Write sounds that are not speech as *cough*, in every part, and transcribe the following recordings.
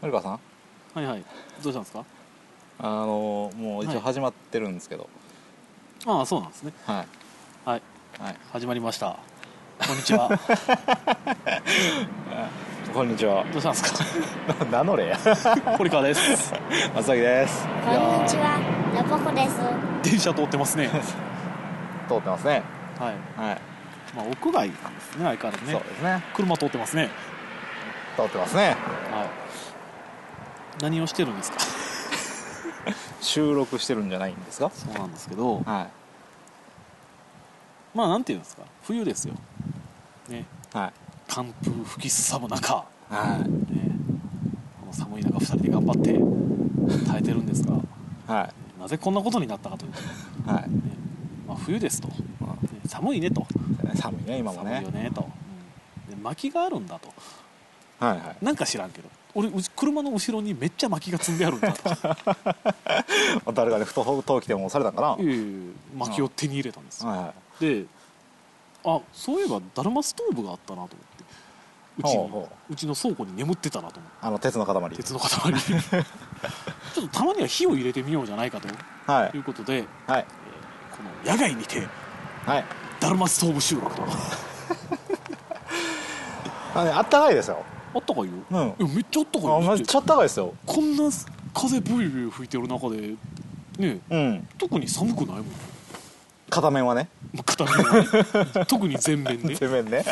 森川さんはいはいどうしたんですかあのもう一は応い始まってるんですけどああそうなんですねはいはいはい始まりましたこんにち *laughs* はどこんにちはうしたんです *laughs* 名乗 *laughs* れやか堀川です松崎ですこんにちは、ラポコです。電車通ってます *laughs* ね通ってますねはいはい、まあ屋外なんですね相変わらずそうねですね車通ってますね通ってますねはい何をしてるんですか収録してるんじゃないんですかそうなんですけどはまあなんていうんですか冬ですよねいはい寒風吹きすさぶ中はいねこの寒い中二人で頑張って耐えてるんですがはなぜこんなことになったかというと、ねいはい、まあ、冬ですと、ねま寒いねとあ、寒いね今も寒いねよねと、で薪があるんだとはいはいなんか知らんけど俺うち車の後ろにめっちゃ薪が積んであるん *laughs* だと誰かね不登登記でもされたんかなはいいえいえ薪を手に入れたんですよはであそういえばだるまストーブがあったなと思ってうちほうほにうちの倉庫に眠ってたなと思ってあの鉄の塊鉄の塊 *laughs* にちょっとたまには火を入れてみようじゃないかとはいいうことで、はいえーこの野外にてはいだるまストーブ収録とあのねあったかいですよあったかいよ、うんいやめっちゃあったかいあよめっちゃあったかいですよこんな風ブイブイ吹いてる中でねうん特に寒くないも *laughs* ん片面はねまあ片面はね特に全面 *laughs* ね全面ね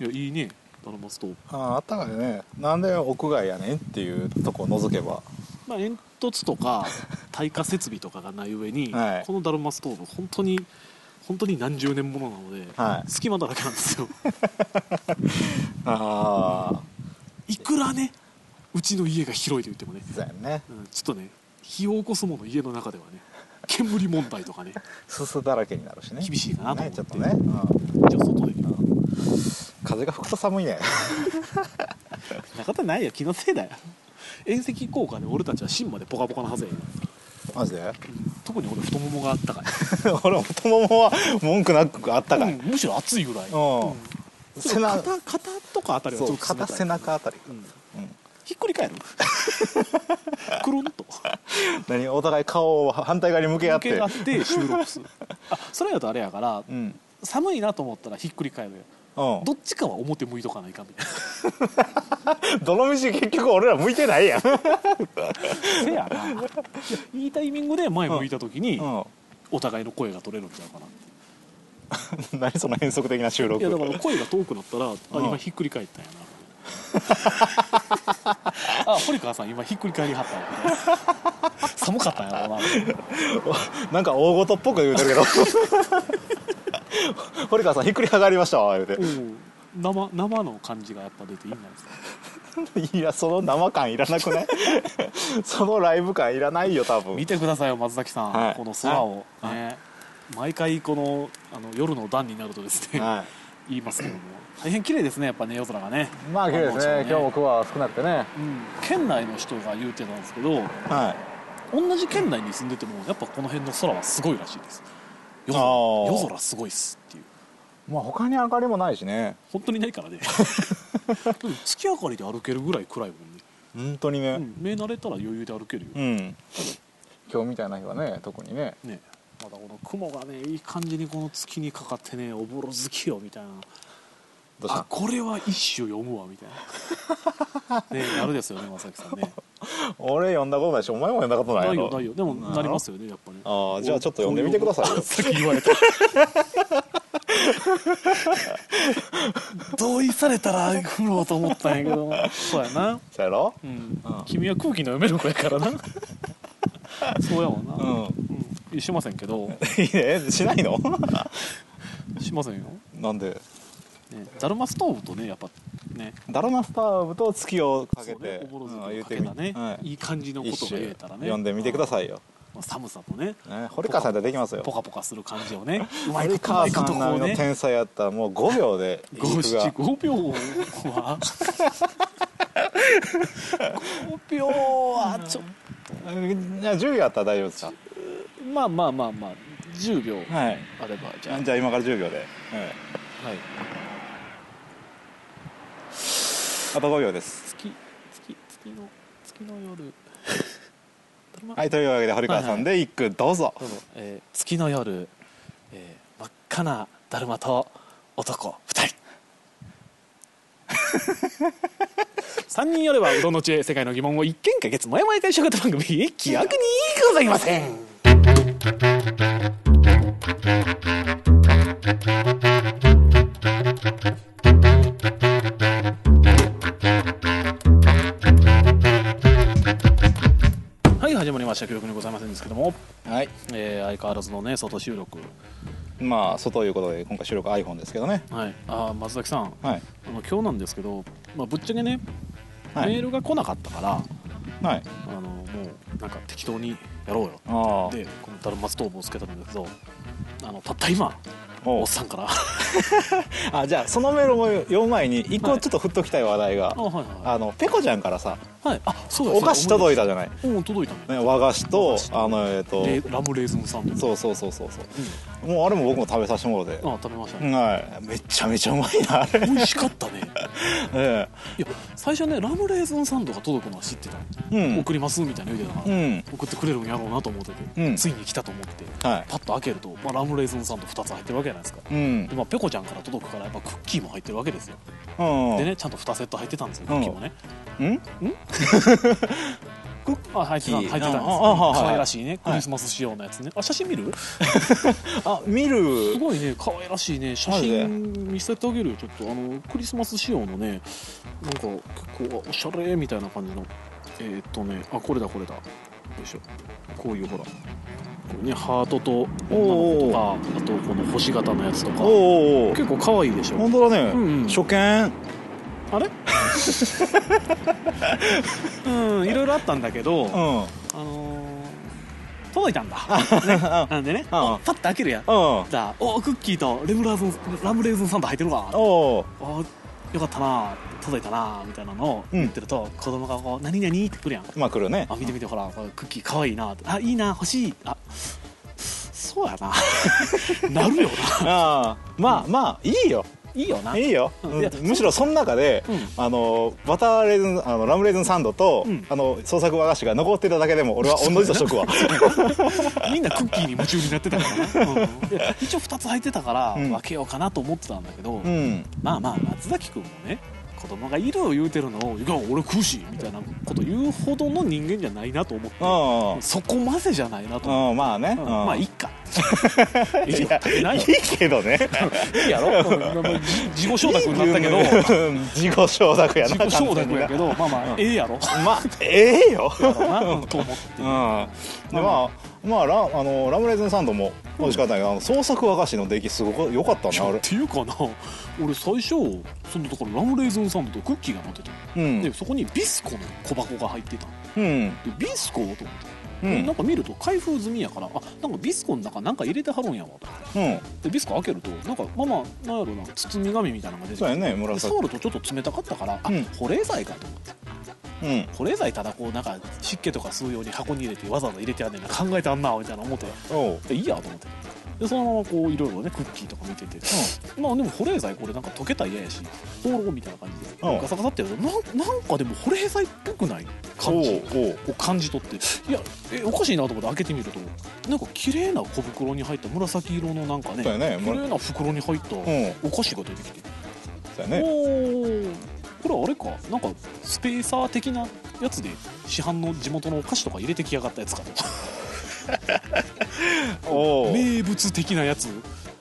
いやいいねダルマストーブあーあったかいねなんで屋外やねんっていうとこを除けばまあ、煙突とか耐火設備とかがない上に、はいこのダルマストーブ本当に本当に何十年ものなので、はい隙間だらけなんですよ *laughs* あいくらねうちの家が広いと言ってもね、あそうやねうんちょっとね火を起こすもの家の中ではね煙問題とかねすすだらけになるしね厳しいかなと思ねっちてょっとね、うんじゃあ外で風が吹くと寒いね *laughs* そんなことないよ気のせい *laughs* だよ遠赤効果で俺たちは芯までポカポカなはずやよマジで *laughs* 特に俺太ももがあったかい俺も太ももは文句なくあったかい、うんむしろ暑いぐらい、うん背中肩肩とかあたりはそちょうっと冷た肩い背中あたり、うんうんひっくり *laughs* 返るくるんと何お互い顔を反対側に向け合っ受てけ合って収録するあそれやとあれやから、うん寒いなと思ったらひっくり返るようん *laughs* どっちかは表向いとかないかんみたいどの道結局俺ら向いてないやんうなせやないやいいタイミングで前向いた時にん *laughs* お互いの声が取れるんちゃうかな何その変則的な収い録やだから声が遠くなったらあうん今ひっくり返ったん *laughs* やなあ堀川さん今ひっくり返りはったんやな寒かったんやろうな *laughs* なんか大事っぽく言うてるけど *laughs* 堀川さんひっくり上がりましたわ言うて、うん生生の感じがやっぱ出ていいんじゃないですか *laughs* いやその生感いらなくない *laughs* そのライブ感いらないよ多分 *laughs* 見てくださいよ松崎さん、はいこの空を、ね毎回このあの夜の段になるとですね、は言いますけども大変綺麗ですねやっぱね夜空がねい、まあ綺麗ですねあの今日も雲は少なくてねうん、県内の人が言うてたんですけどはい同じ県内に住んでてもやっぱこの辺の空はすごいらしいです夜あ空ー夜空すごいっすっていうまあ他に明かりもないしね本当にないからねうん月明 *laughs* かりで歩けるぐらい暗いもんね、本当にうねん、目慣れたら余裕で歩けるよ、うん、今日みたいな日はね特にねねまだこの雲がねいい感じにこの月にかかってねおぼろ月よみたいなどうしあたこれは一首読むわみたい *laughs* なねなるですよね正木さんね俺読んだことないしお前も読んだことないなやいろよないよでもなりますよねやっぱねあーじゃあちょっと読んでみてくださいよあさっき言われた同意されたら来ろうと思ったんやけどそうやな、そうやろうん、君は空気の読める子やからな *laughs* そうやもんな、うん *laughs* うんしませんけどいいねしないの *laughs* しませんよ、なんでね、ダルマストーブとねやっぱねダラマスターブと月をかけそうてね、おぼろうん月言をうかてけみたね、はいい、い感じのこと一が種言えたらね読んでみてくださいよ、まあ、寒さとねね、堀川さんだってできますよポカポカする感じを *laughs* ねうまいこ堀とうま川いさことん並こうみのね天才やったらもう5秒で五リ七五秒 *laughs* は五秒はちょっ10秒やったら大丈夫ですかとまあまあまあまあ10秒はいあればじゃああじゃあ今から10秒で、はいはいあと5秒です月月月の月の夜 *laughs* ドラマはいというわけで堀川さんで一句どうぞどうぞ、えー月の夜、えー真っ赤なだるまと男2人3人よればうどんの知恵世界の疑問を一見解決もやもや解消型番組「気楽にございません」はい始まりました「気力にございません」ですけどもはいえー相変わらずのね外収録まあ外ということで今回収録 iPhone ですけどねはいあー松崎さんはいあの今日なんですけど、まあ、ぶっちゃけね、はメーいルが来なかったからはいあのもうなんか適当にやろうよあでこのダルマストーブをつけたんだけどあのたった今 *laughs* あおおっさんからあじゃあそのメールを読む前に一個ちょっと振っときたい話題が、あはいはいあのペコちゃんからさはいあそうですお菓子届いたたじゃない、うん届いたねね、和菓子和と菓子とあのえっ、とレラムレーズンサンドそうそうそうそうそうもうあれも僕も食べさせてもらってあ食べましたね、はいめちゃめちゃうまいなあれ、美味しかったねえいや最初ねラムレーズンサンドが届くのは知ってた、えうん送りますみたいな言うてたかうら、ん送ってくれるんやろうなと思ってて、うんついに来たと思ってはパッと開けると、まあ、ラムレーズンサンド2つ入ってるわけじゃないですかいうんで、まあ、ペコちゃんから届くからやっぱクッキーも入ってるわけですようんでねちゃんと2セット入ってたんですよクッキーもねうんクッあ入ってたクッキー入ってたんですよああはいはい可愛らしいねはクいリスマス仕様のやつねあ写真見るあ見るすごいね可愛らしいね写真見せてあげるよちょっとあのクリスマス仕様のねなんか結構あおしゃれみたいな感じのえーっとねあこれだこれだよいしょこういうほらこれねハートと女の子とかあとこの星型のやつとかおおお結構可愛いでしょ本当だね、うんうん初見あれうんいろいろあったんだけど、うあんのー届いたんだ、ねなんでねうんパッと開けるやんうんだおクッキーとレムラーズンラムレーズンサンド入ってるわおおあよかったな届いたなみたいなのをうん言ってると、子供がこう「何々?」ってくるやんまあ来るねあ見て見てほらこれクッキーかわいいなってあいいな欲しいあそうやな *laughs* なるよなああまあまあいいよいいよないいよ、うんいやうんむしろその中で、うんあのバターレーズンあのラムレーズンサンドと、うんあの創作和菓子が残ってただけでも俺は同じと *laughs* 食わみんなクッキーに夢中になってたからな、うんいや一応2つ入ってたからうん分けようかなと思ってたんだけど、うんまあまあ松崎君もね子供がいるを言うてるのを「いや俺食うし」みたいなこと言うほどの人間じゃないなと思ってうんそこまでじゃないなと思って、うんまあね、ううんんまあいいいか *laughs* いいよやないいよいけどねいいやろうんまあじ自己承諾になったけどうん自己承諾やな自己承諾やけ完どまあまあうんええやろ全になまあええよ、やろうなと思ってうん、でまあまあラあのラムレーズンサンドも美味しかったけど、あの創作和菓子の出来すごく良かったいねやあっれていうかな俺最初そのところラムレーズンサンドとクッキーが乗っててうでんそこにビスコの小箱が入ってたうんでビスコと思っうて、んなんか見ると開封済みやからあなんかビスコの中なんか入れてはるんやわとうんでビスコ開けるとなんかまあまあなんやろな包み紙みたいなのが出てそうやてねで紫触るとちょっと冷たかったからあ、うん保冷剤かと思ってうん保冷剤ただこうなんか湿気とか吸うように箱に入れてわざわざ入れてやんねんな考えてあんなみたいな思っておうでいいやと思ってでそのままこういろいろねクッキーとか見てて、まあでも保冷剤これなんか溶けたら嫌やし放浪みたいな感じでうんガサガサってやるとなんなんかでも保冷剤っぽくない感じおうおうを感じ取っていやえおかしいなと思って開けてみるとなんか綺麗な小袋に入った紫色のなんかねそうやね綺麗な袋に入ったうお菓子が出てきて、そうやおねーこれあれかなんかスペーサー的なやつで市販の地元のお菓子とか入れてきやがったやつかとおう名物的なやつ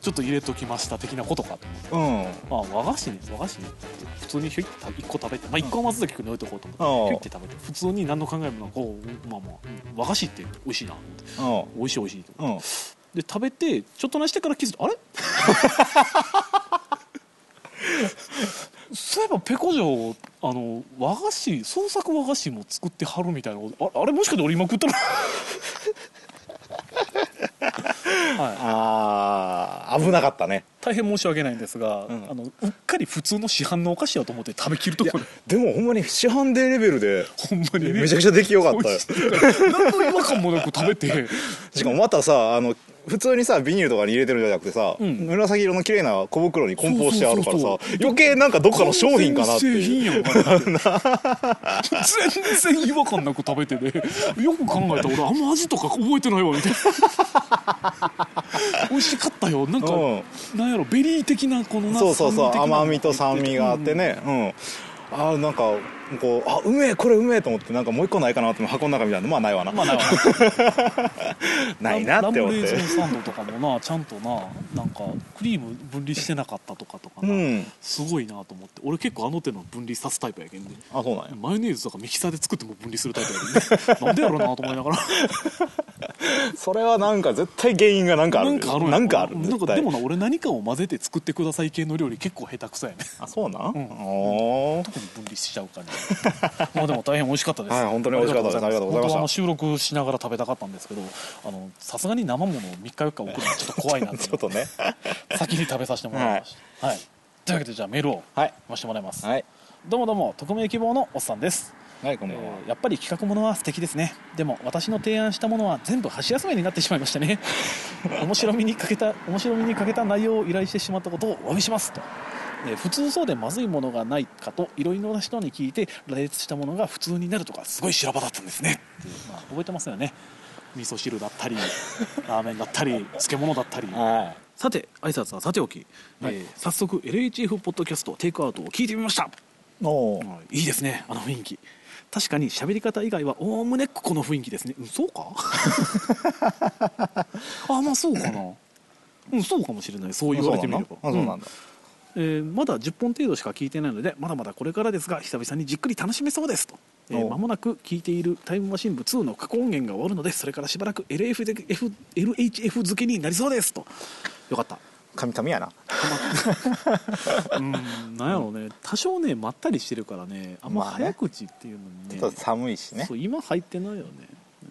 ちょっと入れときました的なことかうとんまあ和菓子ね和菓子ね普通にひょいって1個食べてまあ1個は松崎君に置いとこうとああ思ってひょいって食べて普通に何の考えもなくおうまあまあうん和菓子って美味しいなと思っておう美味しい美味しいと思ってうんで食べてちょっとなしてから気づいてあれ *laughs* そういえばペコ城あの和菓子創作和菓子も作ってはるみたいなことああれもしかして俺今食 *laughs* ったのはいあー危なかったね大変申し訳ないんですが、うんあのうっかり普通の市販のお菓子やと思って食べきるところでもほんまに市販でレベルでほんまにねめちゃくちゃ出来よかった美よ味しいから何の違和感もなく食べてしかもまたさあの普通にさビニールとかに入れてるんじゃなくてさ、うん紫色の綺麗な小袋に梱包してあるからさそうそうそうそう余計なんかどっかの商品かなっ完て全に製いう品やんか全然違和感なく食べてねよく考えたら俺あんま味とか覚えてないわみ *laughs* たいな美味しかったよなんか、なんやろベリー的なこのなそうそうそ酸う味的な甘みと酸味があってねうん、ああなんかこうあうめえこれうめえと思ってなんかもう一個ないかなって箱の中みたいなまあないわな、まあなんか *laughs* ないなって思っラムレーズてンサンドとかもなちゃんとななんかクリーム分離してなかったとかとかな、うんすごいなと思って俺結構あの手の分離さすタイプやけんねあそうなんやマヨネーズとかミキサーで作っても分離するタイプやけんねなんでやろうなと思いながらそれはなんか絶対原因がなんかあるなんかあるんやろなんかあるなん絶か対でもな俺何かを混ぜて作ってください系の料理結構下手くそや *laughs* ねあそうなん、うんおー特に分離しちゃう感じまあでも大変美味しかったです、 *laughs* はい本当に美味しかったですありがとうございま本した当はあの収録しながら食べたかったんですけどあのさすがに生ものを3日4日置くのはちょっと怖いなと思ってちょっとね先に食べさせてもらいました、はいというわけでじゃあメールをはい回してもらいます、はいどうもどうも匿名希望のおっさんです、はいこんえばんは、ーやっぱり企画ものは素敵ですねでも私の提案したものは全部箸休めになってしまいました *laughs* ね面白みにかけた面白みにかけた内容を依頼してしまったことをお詫びしますと、えー普通そうでまずいものがないかといろいろな人に聞いて羅列したものが普通になるとかすごい修羅場だったんですねっていう、まあ、覚えてますよね味噌汁だったりラーメンだったり漬物だったりはさて挨拶はさておき、えー早速 LHF ポッドキャストテイクアウトを聞いてみましたいおーうんいいですねあの雰囲気確かに喋り方以外はおおむねこの雰囲気ですね、うん、そうか *laughs* あまあそうか *laughs* なうんそうかもしれないそう言われてみればあそうなんだうんえーまだ10本程度しか聞いてないのでまだまだこれからですが久々にじっくり楽しめそうですと、えーお間もなく聞いている「タイムマシン部2」の過去音源が終わるのでそれからしばらく LF で F LHF 付けになりそうですとよかった神々やなうんなんやろうね多少ねまったりしてるからねあんままあね早口っていうのにねちょっと寒いしねそう今入ってないよね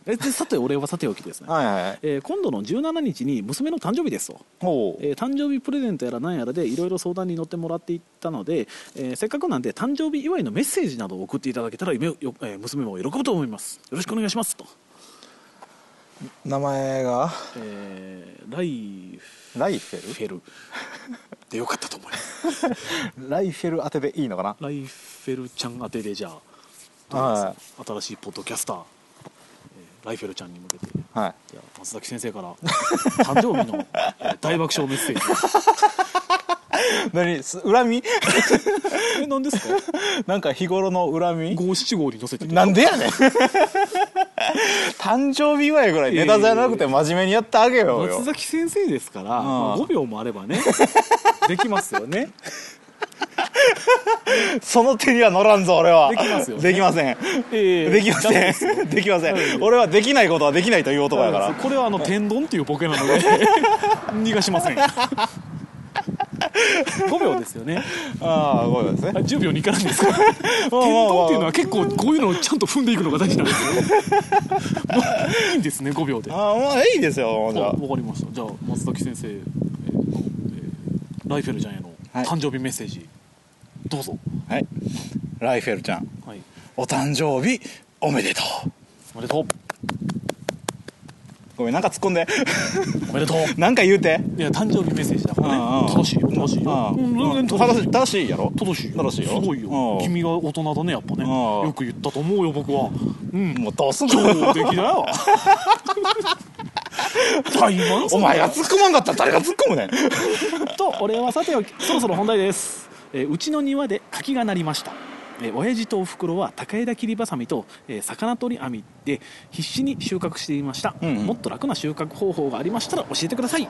えでさて俺はさておきですね、はいはいはいえー今度の17日に娘の誕生日ですと、おーえー誕生日プレゼントやら何やらでいろいろ相談に乗ってもらっていったので、えーせっかくなんで誕生日祝いのメッセージなどを送っていただけたら夢をよ、えー娘も喜ぶと思いますよろしくお願いしますと、名前がえーライライフェルフェルでよかったと思いますライフェル当てでいいのかなライフェルちゃん宛てでじゃあどうですは新しいポッドキャスター、えーライフェルちゃんに向けていはいじゃあ松崎先生から誕生日の *laughs* えー大爆笑メッセージ何す恨み *laughs* え何ですかなんか日頃の恨み五七五に載せてなんでやねん *laughs* 誕生日祝いぐらいネタじゃなくて真面目にやってあげようよ松崎先生ですから、まあ、5秒もあ *laughs* ればねできますよねその手には乗らんぞ俺はできますよねできませんえーできまダメせでんすできません俺はできないことはできないという男やからこれはあの天丼っていうボケな *laughs* ので逃がしません5秒ですよねああごめんなさいあね10秒にいかないんです *laughs* か天丼っていうのは結構こういうのをちゃんと踏んでいくのが大事なんですよもういい *laughs* んですね5秒でああまあいいですよじゃわあかりましたじゃあ松崎先生、えーのえーライフェルちゃんへのはい誕生日メッセージ、どうぞはいライフェルちゃんはいお誕生日おめでとうおめでとうごめんなんか突っ込んで *laughs* おめでとうなんか言うていや誕生日メッセージだからねうんうん正しいよ正しいよううんん全然正正ししいい正しいやろ正しいよ正しいよすごいようん君が大人だねやっぱねうんよく言ったと思うよ僕はうんもうどうすんの上出来だよ大満足 *laughs* お前が突っ込まんかったら誰が突っ込むねんとお礼はさておきそろそろ本題です、えーうちの庭で柿がなりました、えー親父とおふくろは高枝切りばさみと、えー魚取り網で必死に収穫していました、うんうんもっと楽な収穫方法がありましたら教えてください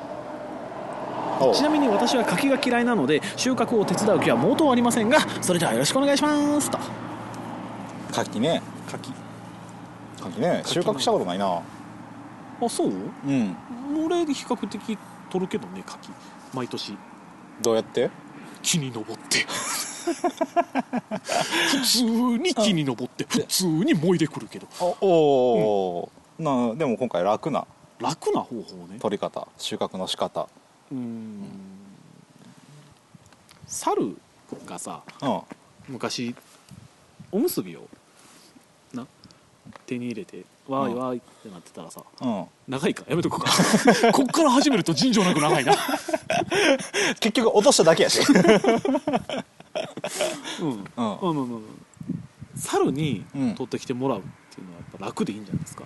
ちなみに私は柿が嫌いなので収穫を手伝う気は毛頭ありませんがそれではよろしくお願いしますと柿ね柿柿ね収穫したことないなあそううん俺比較的取るけどね柿毎年どうやって木に登って普通に木に登って普通に燃いでくるけどおおー、なでも今回楽な楽な方法ね取り方収穫の仕方うーん猿がさうん昔おむすびをな手に入れてわーいうんわーいってなってたらさうん、長いかやめ *laughs* とくかこっから始めると尋常なく長いな、 *laughs* 結局落としただけや *laughs* し、うんうんうんうんうん猿にうん取ってきてもらうっていうのはやっぱ楽でいいんじゃないですか、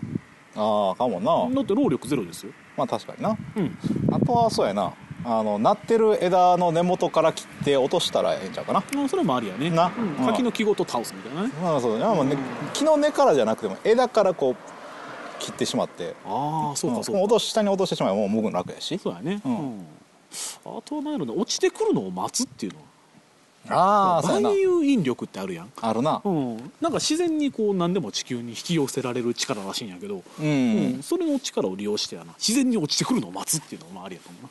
ああかもなだって労力ゼロですよ、まあ確かになうん、あとはそうやなあのなってる枝の根元から切って落としたらええんちゃうかなまあそれもありやねなうんうん柿の木ごと倒すみたいなねまあそうだな、まあねうん木の根からじゃなくても枝からこう切ってしまってああそうかそうも落かとし下に落としてしまえばもう無ぐの楽やしそうやね、ううんんあとは何やろね落ちてくるのを待つっていうのあはあそうやな万有引力ってあるやんあるなうん、なんか自然にこう何でも地球に引き寄せられる力らしいんやけど、うん、うんそれの力を利用してやな自然に落ちてくるのを待つっていうのもありやと思う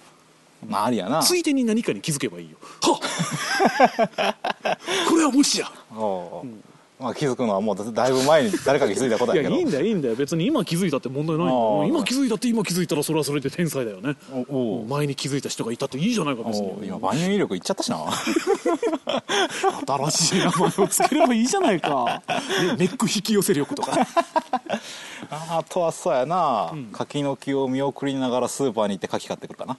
まあありやななついでに何かに気づけばいいよは *laughs* っこれは無視やおうおうまあ気づくのはもうだいぶ前に誰かが気づいたこといややけいどいんだよいいんだよ別に今気づいたって問題ないんだあよー今気づいたって今気づいたらそれはそれで天才だよねおおう前に気づいた人がいたっていいじゃないか別おにう今万有引力いっちゃったしな新しい名前をつければいいじゃない *laughs* か、ね、ネック引き寄せ力とかああとはそうやな、ん柿の木を見送りながらスーパーに行って柿買ってくるかな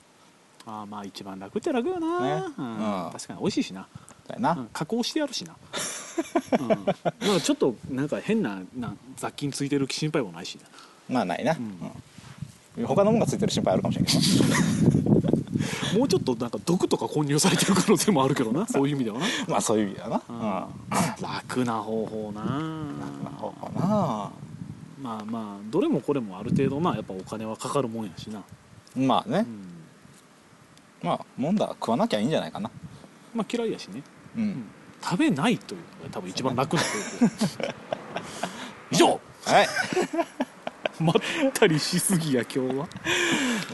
あーまあ一番楽っちゃ楽よな、ねうんうん確かに美味しいしなだよな、うん加工してあ *laughs* るしな、うん、なんかちょっとなんか変なな雑菌ついてる心配もないしなまあないな、んうん他のもんがついてる心配あるかもしれんけどもうちょっとなんか毒とか混入されてる可能性もあるけ *laughs* どなそういう意味ではな、まあそういう意味だな、うんうん楽な方法ななほうかなまあまあどれもこれもある程度なやっぱお金はかかるもんやしな、まあね、うんまあもんだ食わなきゃいいんじゃないかなまあ嫌いやしねうん、食べないというのが多分一番楽な方法 *laughs* 以上はいまったりしすぎや *laughs* 今日は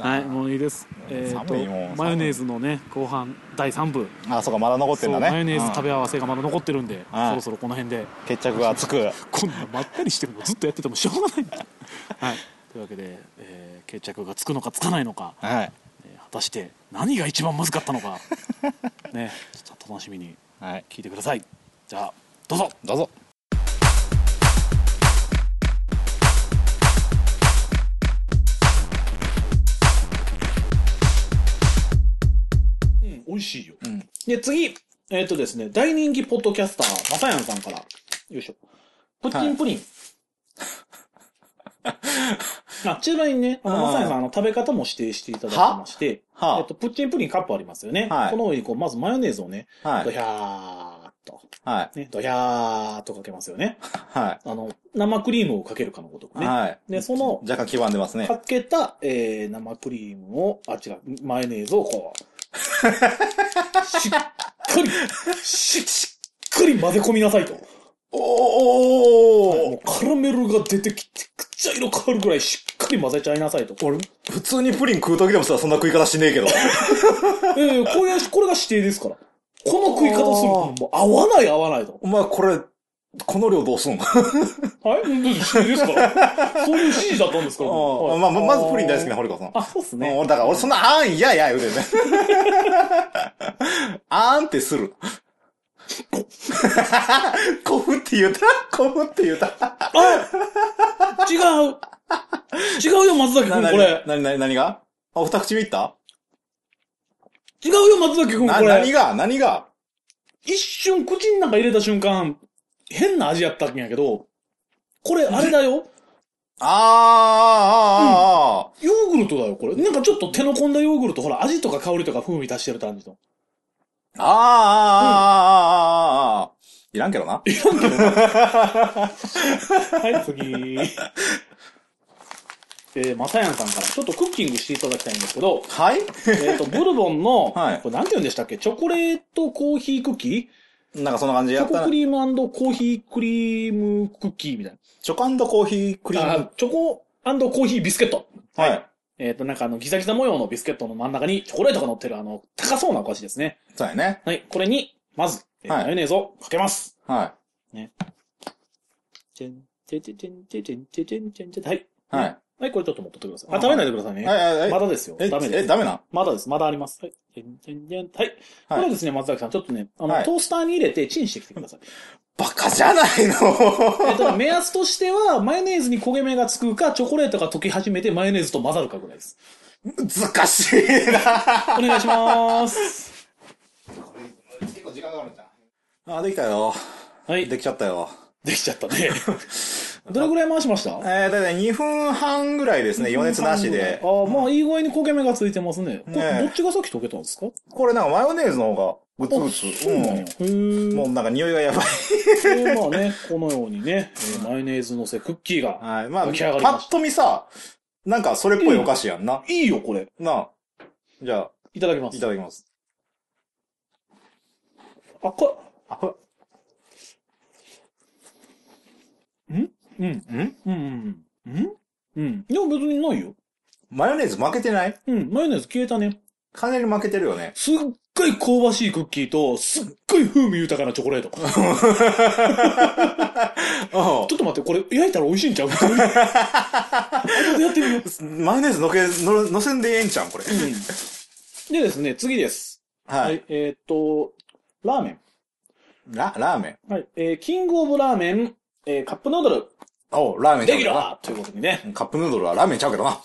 はいもういいです、えーと寒いもうマヨネーズのね後半第3部あそうかまだ残ってんだねそうマヨネーズ食べうん合わせがまだ残ってるんで、はいそろそろこの辺で決着がつくこんなまったりしてるのずっとやっててもしょうがないんだ、はい、というわけで、えー決着がつくのかつかないのか、はいえー果たして何が一番まずかったの *laughs* かねちょっと楽しみにはい聞いてくださいじゃあどうぞどうぞ美味しいよ、で次えっ、とですね大人気ポッドキャスターまさやんさんからよいしょプッチンプリン、あちなみにね、あの、うんまさやんさん、あの、食べ方も指定していただきまして、はえっと、プッチンプリンカップありますよね。はいこの上に、こう、まずマヨネーズをね、はドヒいャーっと、はいね、ドヒャーっとかけますよね。はあの、生クリームをかけるかのごとくい、ね。はいで、その、若干黄ばんでますねかけた、えー、生クリームを、あ、違う、マヨネーズをこう、しっかり、ししっかり混ぜ込みなさいと。おもうカラメルが出てきて、くっちゃ色変わるぐらいしっかり混ぜちゃいなさいと。俺普通にプリン食う時でもさそんな食い方しねえけどええこれ、これが指定ですから。この食い方すると、もう合わない合わないと。お前これこの量どう *laughs* すんのあはいうんだって指定ですから。そういう指示だったんですから。はいーまあままずプリン大好きな。堀川さんあ、そうっすうんね。俺だから俺そんなあんいやいや言うてんね *laughs* あーんってする *laughs* こふって言うたこふって言うた違う違うよ、松崎くん、なこれ。ななな何があ二口目いった違うよ、松崎くん、こなれ。何が何が一瞬口の中入れた瞬間、変な味やったんやけど、これあれだよ。あーあーあーあーヨーグルトだよ、これ。なんかちょっと手の込んだヨーグルト、ほら、味とか香りとか風味足してる感じの。あーあーあーあーあーあーいらんけどな。はい、次。 *laughs* えー、まさやんさんからちょっとクッキングしていただきたいんです *laughs* けど、はいえっと、ブルボンの、はいこれなんて言うんでしたっけチョコレートコーヒークッキーなんかそんな感じチやョっコたクな。リームコーヒークリームクッキーみたいな。チョココーヒークリームあ。チョココーヒービスケット。はい。えっ、と、なんかあの、ギザギザ模様のビスケットの真ん中にチョコレートが乗ってるあの、高そうなお菓子ですね。そうやね。はい、これに、まず、えーはいマヨネーズをかけます。はてんてんてんてんてんてんてんてんてんてんはい。い。はい。はい、これちょっと持ってってください。あ、食べないでくださいね。はいはいはいまだですよ。えダメです。えダメなんまだです。まだあります。はい。じゃんじゃんじゃんはい。これですね、松崎さん、ちょっとね、あの、はいトースターに入れてチンしてきてください。バカじゃないの *laughs* えっと、目安としては、マヨネーズに焦げ目がつくか、チョコレートが溶け始めてマヨネーズと混ざるかぐらいです。難しいなお願いします。結構時間かかるじゃ *laughs* んあできたよはい。でできちゃったよきちゃったね。 *laughs* どれぐらい回しましたえー、だいたい2分半ぐらいですね余熱なしでああ、まあ、いい具合に焦げ目がついてますね。こねれ、えどっちが先溶けたんですかこれなんかマヨネーズの方がグツグツそうなんや。へうえ。んもうなんか匂いがやばいでまあね、このようにね、えーマヨネーズのせクッキーが。はいまあ出来上がりましたパッと見さなんかそれっぽいお菓子やんな、いいよ、これ。なあじゃあいただきます。いただきますあ、こあこうん。れんうん。うんうん。でも別にないよ。マヨネーズ負けてないうん。マヨネーズ消えたね。かなり負けてるよねすっごい香ばしいクッキーと、すっごい風味豊かなチョコレ *laughs* ート。ちうょっと待って、これ焼いたら美味しいんちゃう *laughs* あれでやってみよう。んマヨネーズのけののせんでええんちゃうんこれうん。でですね、次です。ははいい。えーっと、ラーメン。ララーメンはい。えー、キングオブラーメン、えー、カップヌードル、おラーメンちゃレうギけュどラーということでね。なカップヌードルはラーメンちゃうけどな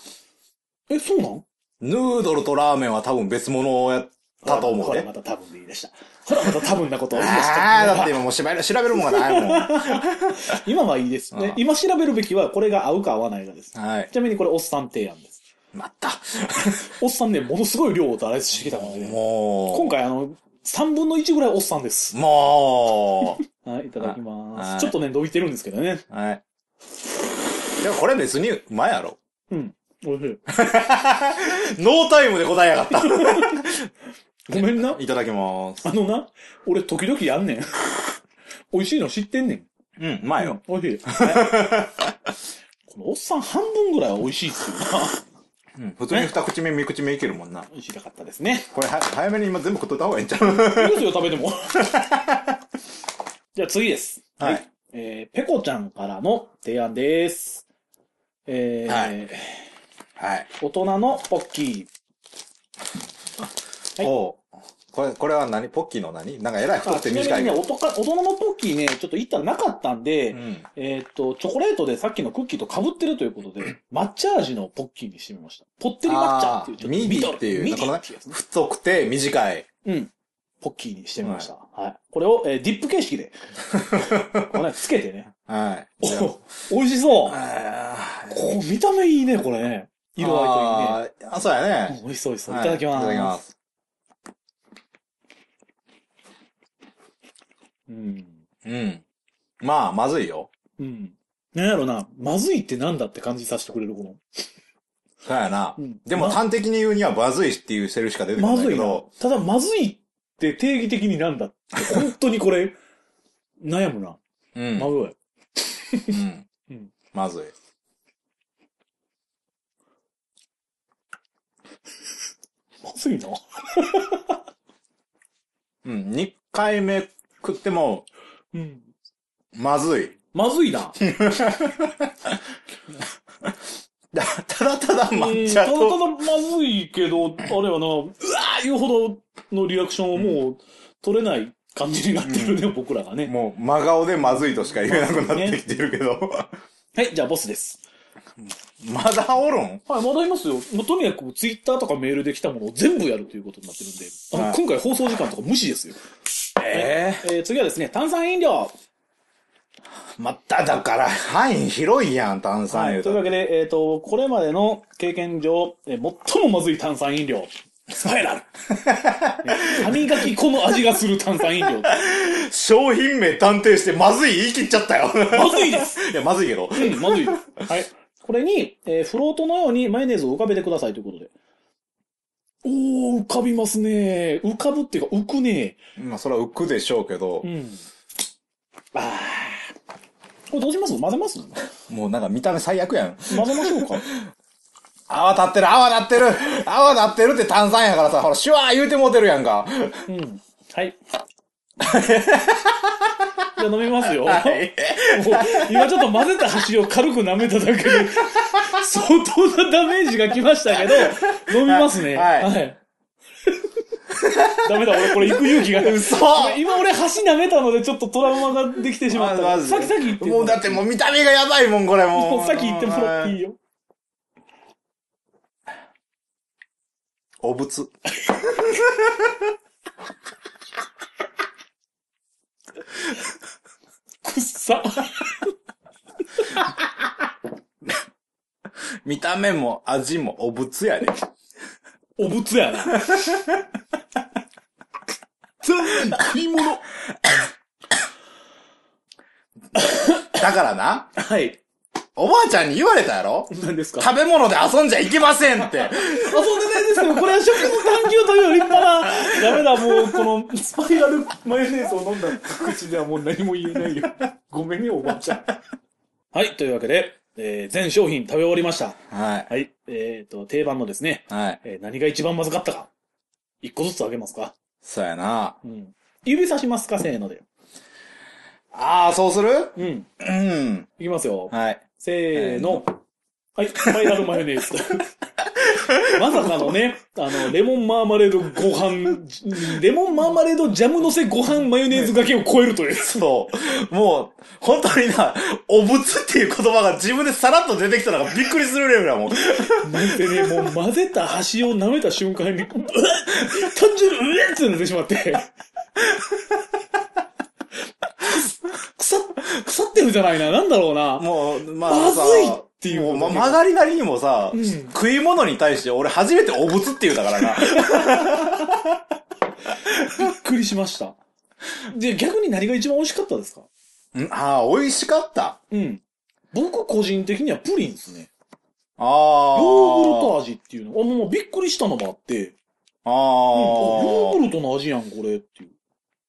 え、そうなんヌードルとラーメンは多分別物をやったと思ほうら、ねまた多分でいいでした。ほら、また多分なことを言い出し *laughs* ああー、だたっ。て今もう調べる調べるもんがないもん。今はいいですねあ。あ今調べるべきは、これが合うか合わないかです。はい。ちなみにこれ、おっさん提案です。また。おっさんね、ものすごい量をダラしてきたので、ね、もう。今回、あの、3分の1ぐらいおっさんです。もはい、いただきあまあす。ちょっとね、伸びてるんですけどね。う。はい。いや、これ別にうまいやろ。うん。おいしい。ノータイムで答えやがった。ごめんな。いただきます。あのな、俺、時々やんねん。 *laughs* 美味しいの知ってんねん。うん、うまいよ。美味しい。このおっさん半分ぐらいは美味しいっすよな。うん。普通に二口目、三口目いけるもんな。 *laughs* 美味しかったですね。これは早めに今全部食っといた方がいいんちゃ *laughs* ういいですよ、食べても。じゃあ次です。はい。えー、ペコちゃんからの提案です。えーはいはい。大人のポッキはいおうこれ、これは何ポッキーの何なんか偉いー。太ってち短ないみけにね、ど。おとか大人のポッキーね、ちょっと行ったらなかったんで、うん。えーっと、チョコレートでさっきのクッキーと被ってるということ *clears throat* で、抹茶味のポッキーにしてみました。ポッテリ抹茶っていう、ちょっとミディっていう、ミデこのィっねていうやつね。太くて短い。うん。ポッキーにしてみました。はい。これを、えーディップ形式 *laughs* で、このね、つけてね。はい。おじゃ美味しそうああーこう見た目いいね、これね。色合いあーあ、そうやといいね。ね。うん美味しそう美味しそう。はいただきます。いただきます。うん。うん。まあ、まずいよ。うん。なんやろな、まずいってなんだって感じさせてくれる、こそうやな。の。うんでも、ま端的に言うには、まずいっていうセルしか出てこまないずけいなど。。ただ、まずいって定義的になんだって、本当にこれ、悩むな。うんまずうい。んうんまずい。まずいな。うん。2回目食っても、うん。まずい。まずいな。だただただうん抹た茶だたと。だまずいけど、あれはな、うわーいうほどのリアクションをもう取れない感じになってるね、僕らがね。もう、真顔でまずいとしか言えなくなってきてるけど。はい、じゃあボスです。まだおるんはい、まだいますよ。もうとにかくツイッターとかメールで来たものを全部やるということになってるんで、あのはい今回放送時間とか無視ですよ。ええー次はですね、炭酸飲料。えまただから、範囲広いやん、炭酸は言うい、たというらわけで、えっ、と、これまでの経験上、えー最もまずい炭酸飲料、スパイ *laughs* ラル。ね歯磨き粉の味がする炭酸飲料。商品名探偵して、まずい言い切っちゃったよ。まずいで *laughs* すいや、まずいけど。うん、まずいです。はい。これに、えーフロートのようにマヨネーズを浮かべてくださいということで。おー、浮かびますね浮かぶっていうか浮くねまあ、それは浮くでしょうけどう、ん。あー。これどうします混ぜますもうなんか見た目最悪やん。混ぜましょうか。泡立ってる、泡立ってる、泡立ってるって炭酸やからさ、ほら、シュワー言うてもうてるやんか。うん。はい。や飲みますよ、はいもう今ちょっと混ぜた箸を軽く舐めただけで *laughs* 相当なダメージがきましたけど飲みますねはいはいいダメだ俺これ行く勇気がない嘘今俺箸舐めたのでちょっとトラウマができてしまっまたずさっきさっき言ってもうだってもう見た目がやばいもん、これもう。もうさっき言ってもらっていいよお仏。く *laughs* っさ見た目も味もお仏やね。お仏やな *laughs* 食い物 *laughs* だからな、はいおばあちゃんに言われたやろ何ですか食べ物で遊んじゃいけませんって。遊んでないですけど、これは食の探求という立派な、ダメだ、もう、このスパイラルマヨネーズを飲んだ口ではもう何も言えないよ。ごめんよ、おばあちゃん。はい、というわけで、えー全商品食べ終わりました。はい。はい、えーと、定番のですね、はい。えー何が一番まずかったか。一個ずつあげますか。そうやな。うん。指差しますか、せーので。ああ、そうするうん。うん。いきますよ。はい。せーの。はい、スパイラルマヨネーズ。 *laughs* まさかのね、あの、レモンマーマレードご飯、レモンマーマレードジャムのせご飯マヨネーズがけを超えるという。そう。もう、本当にな、お仏っていう言葉が自分でさらっと出てきたのがびっくりするレベルだもん。なんてね、もう混ぜた端を舐めた瞬間に、うわっ単純にうえってなってしまって。腐っ、腐ってるじゃないな。なんだろうな。もう、ままあずさ、いっていうこともま曲がりなりにもさ、ん食い物に対して俺初めてお仏って言うたからな。びっくりしました。で、逆に何が一番美味しかったですかうんああ、美味しかった。うん。僕個人的にはプリンですね。ああ。ヨーグルト味っていうの。あ、もうびっくりしたのもあって。あうんあヨーあグルトの味やん、これっていう。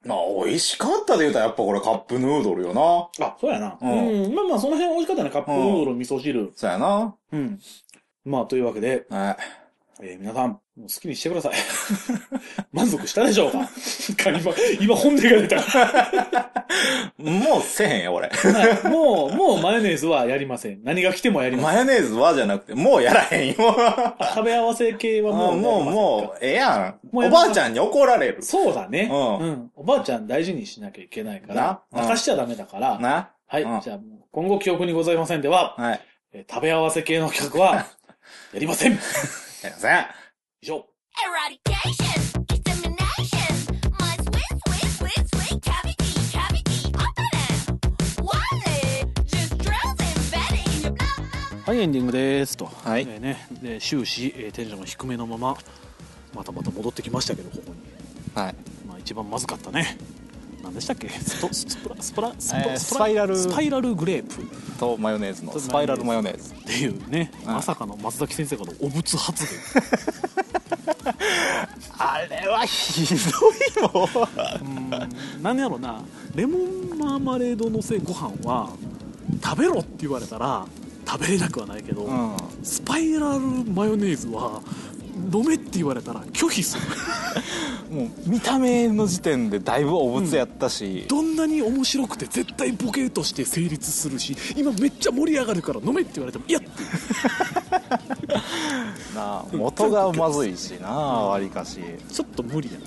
まあ、美味しかったで言うたらやっぱこれカップヌードルよな。あ、そうやな。ううんん。まあまあ、その辺美味しかったね。カップヌードル、味噌汁。そうやな。うん。まあ、というわけで、はい。えー皆さん、もう好きにしてください。 *laughs* 満足したでしょうか今、今本音が出た。もうせえへんよ、俺。 *laughs* はいもう、もうマヨネーズはやりません。何が来てもやりません。マヨネーズはじゃなくて、もうやらへんよ。食べ合わせ系はももう、うもう、う。もう、ええやん。もうおやめまばすあちゃんに怒られる。そうだね。うんうん。おばあちゃん大事にしなきゃいけないから、なうん泣かしちゃダメだから、な。はい、うんじゃあ、今後記憶にございませんでは、はい。えー食べ合わせ系の企画 *laughs* は、やりませんすいません。以上。 Eradication, extermination, my sweet, sweet, sweet, sweet cavity, cavity, open it. Wally, just drowns embedded in your blood. はい、エンディングですと。はいえーね、で終始、えーテンションが低めのまま、またまた戻ってきましたけど、ここに。はいまあ、一番まずかったね。何でしたっけストス *laughs* プラ、スプラ、スプえラ、ースプスパイラルスパイラルグレープっとマヨネーズのとスパイラルマヨネーズていうね、まさかの松崎先生からのお仏発言。あれはひどいもん何やろ *laughs* なレモンマーマレードのせご飯は食べろって言われたら食べれなくはないけど、うんスパイラルマヨネーズは飲めって言われたら拒否するもう見た目の時点でだいぶお仏やったし、どんなに面白くて絶対ボケとして成立するし今めっちゃ盛り上がるから飲めって言われてもいやっていうなあ元がまずいしなわりかしちょっと無理やな、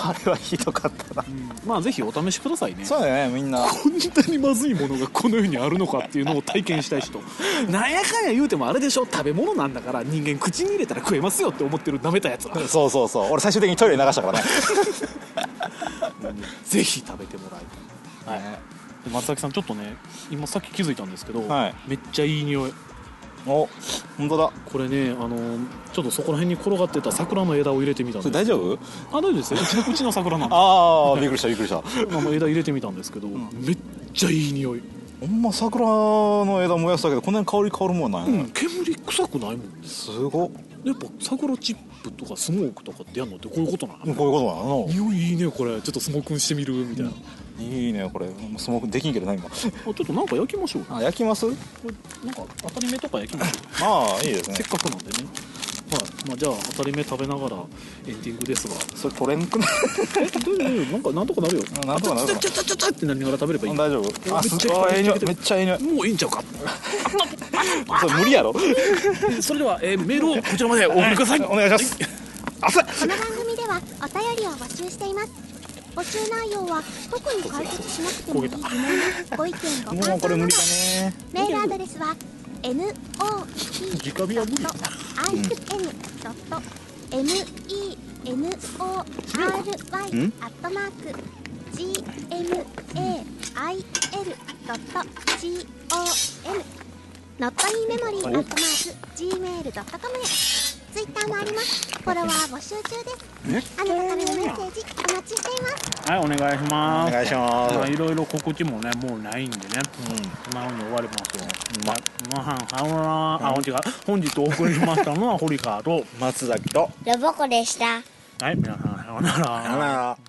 あれはひどかったなまあぜひお試しくださいねそうだよねみんなこんなにまずいものがこの世にあるのかっていうのを体験したい人 *laughs* なんやかんや言うてもあれでしょ食べ物なんだから人間口に入れたら食えますよって思ってる舐めたやつら *laughs* そうそうそう俺最終的にトイレに流したからねぜひ食べてもらいたい、はい、で松崎さんちょっとね今さっき気づいたんですけど、はいめっちゃいい匂いお本当だこれねあのちょっとそこら辺に転がってた桜の枝を入れてみたんそでれ大す丈夫あ大丈夫ですようち *laughs* のうちの桜なんでああびっくりしたびっくりしたあの枝入れてみたんですけど、めっちゃいい匂い、ほんま桜の枝燃やしたけどこんなに香り変わるもんなんやうね、ん、煙臭くないもんすごっやっぱ桜チップとかスモークとかってやるのってこういうことなの、こういうことなの匂いいいねこれちょっとスモークンしてみるみたいな、あいいねこれスモークできんけどな今ちょっとなんか焼きましょうこあ焼きますれなんか当たり目とか焼きましょうああいいですねせっかくなんでねまあ、じゃあ当たり目食べながらエンディングですがそれ取れん *laughs* くないえどういうどういうなんかなんとかなるよあなんとかなるかあちゃちゃちゃちゃってなりながら食べればいい大丈夫あすめっちゃあええ匂いめめっっちゃええ匂いもういいんちゃうかそれ無理やろえそれでは、えーメールをこちらまでお送りくださいお願いします汗この番組ではお便りを募集しています募集内容は特に解説しなくてもいい疑問やご意見 *laughs* ごもう感こ想れな無理どだねメールアドレスは n o p 直火は無理 i n m e n o r y アットマーク g m a i l ドット c o m ノットインメモリーアットマーク gmail ドットコムへツイッターもありますフォロワー募集中ですあなたからのメッセージお待ちしていますはいお願いしおます願いしますまあいろいろ告知もねもうないんでね、うん、今のに終わりますよままはんはんはんあ違う本日お送りしましたのは堀川と松崎とロボコでした。はい皆さんさようならあら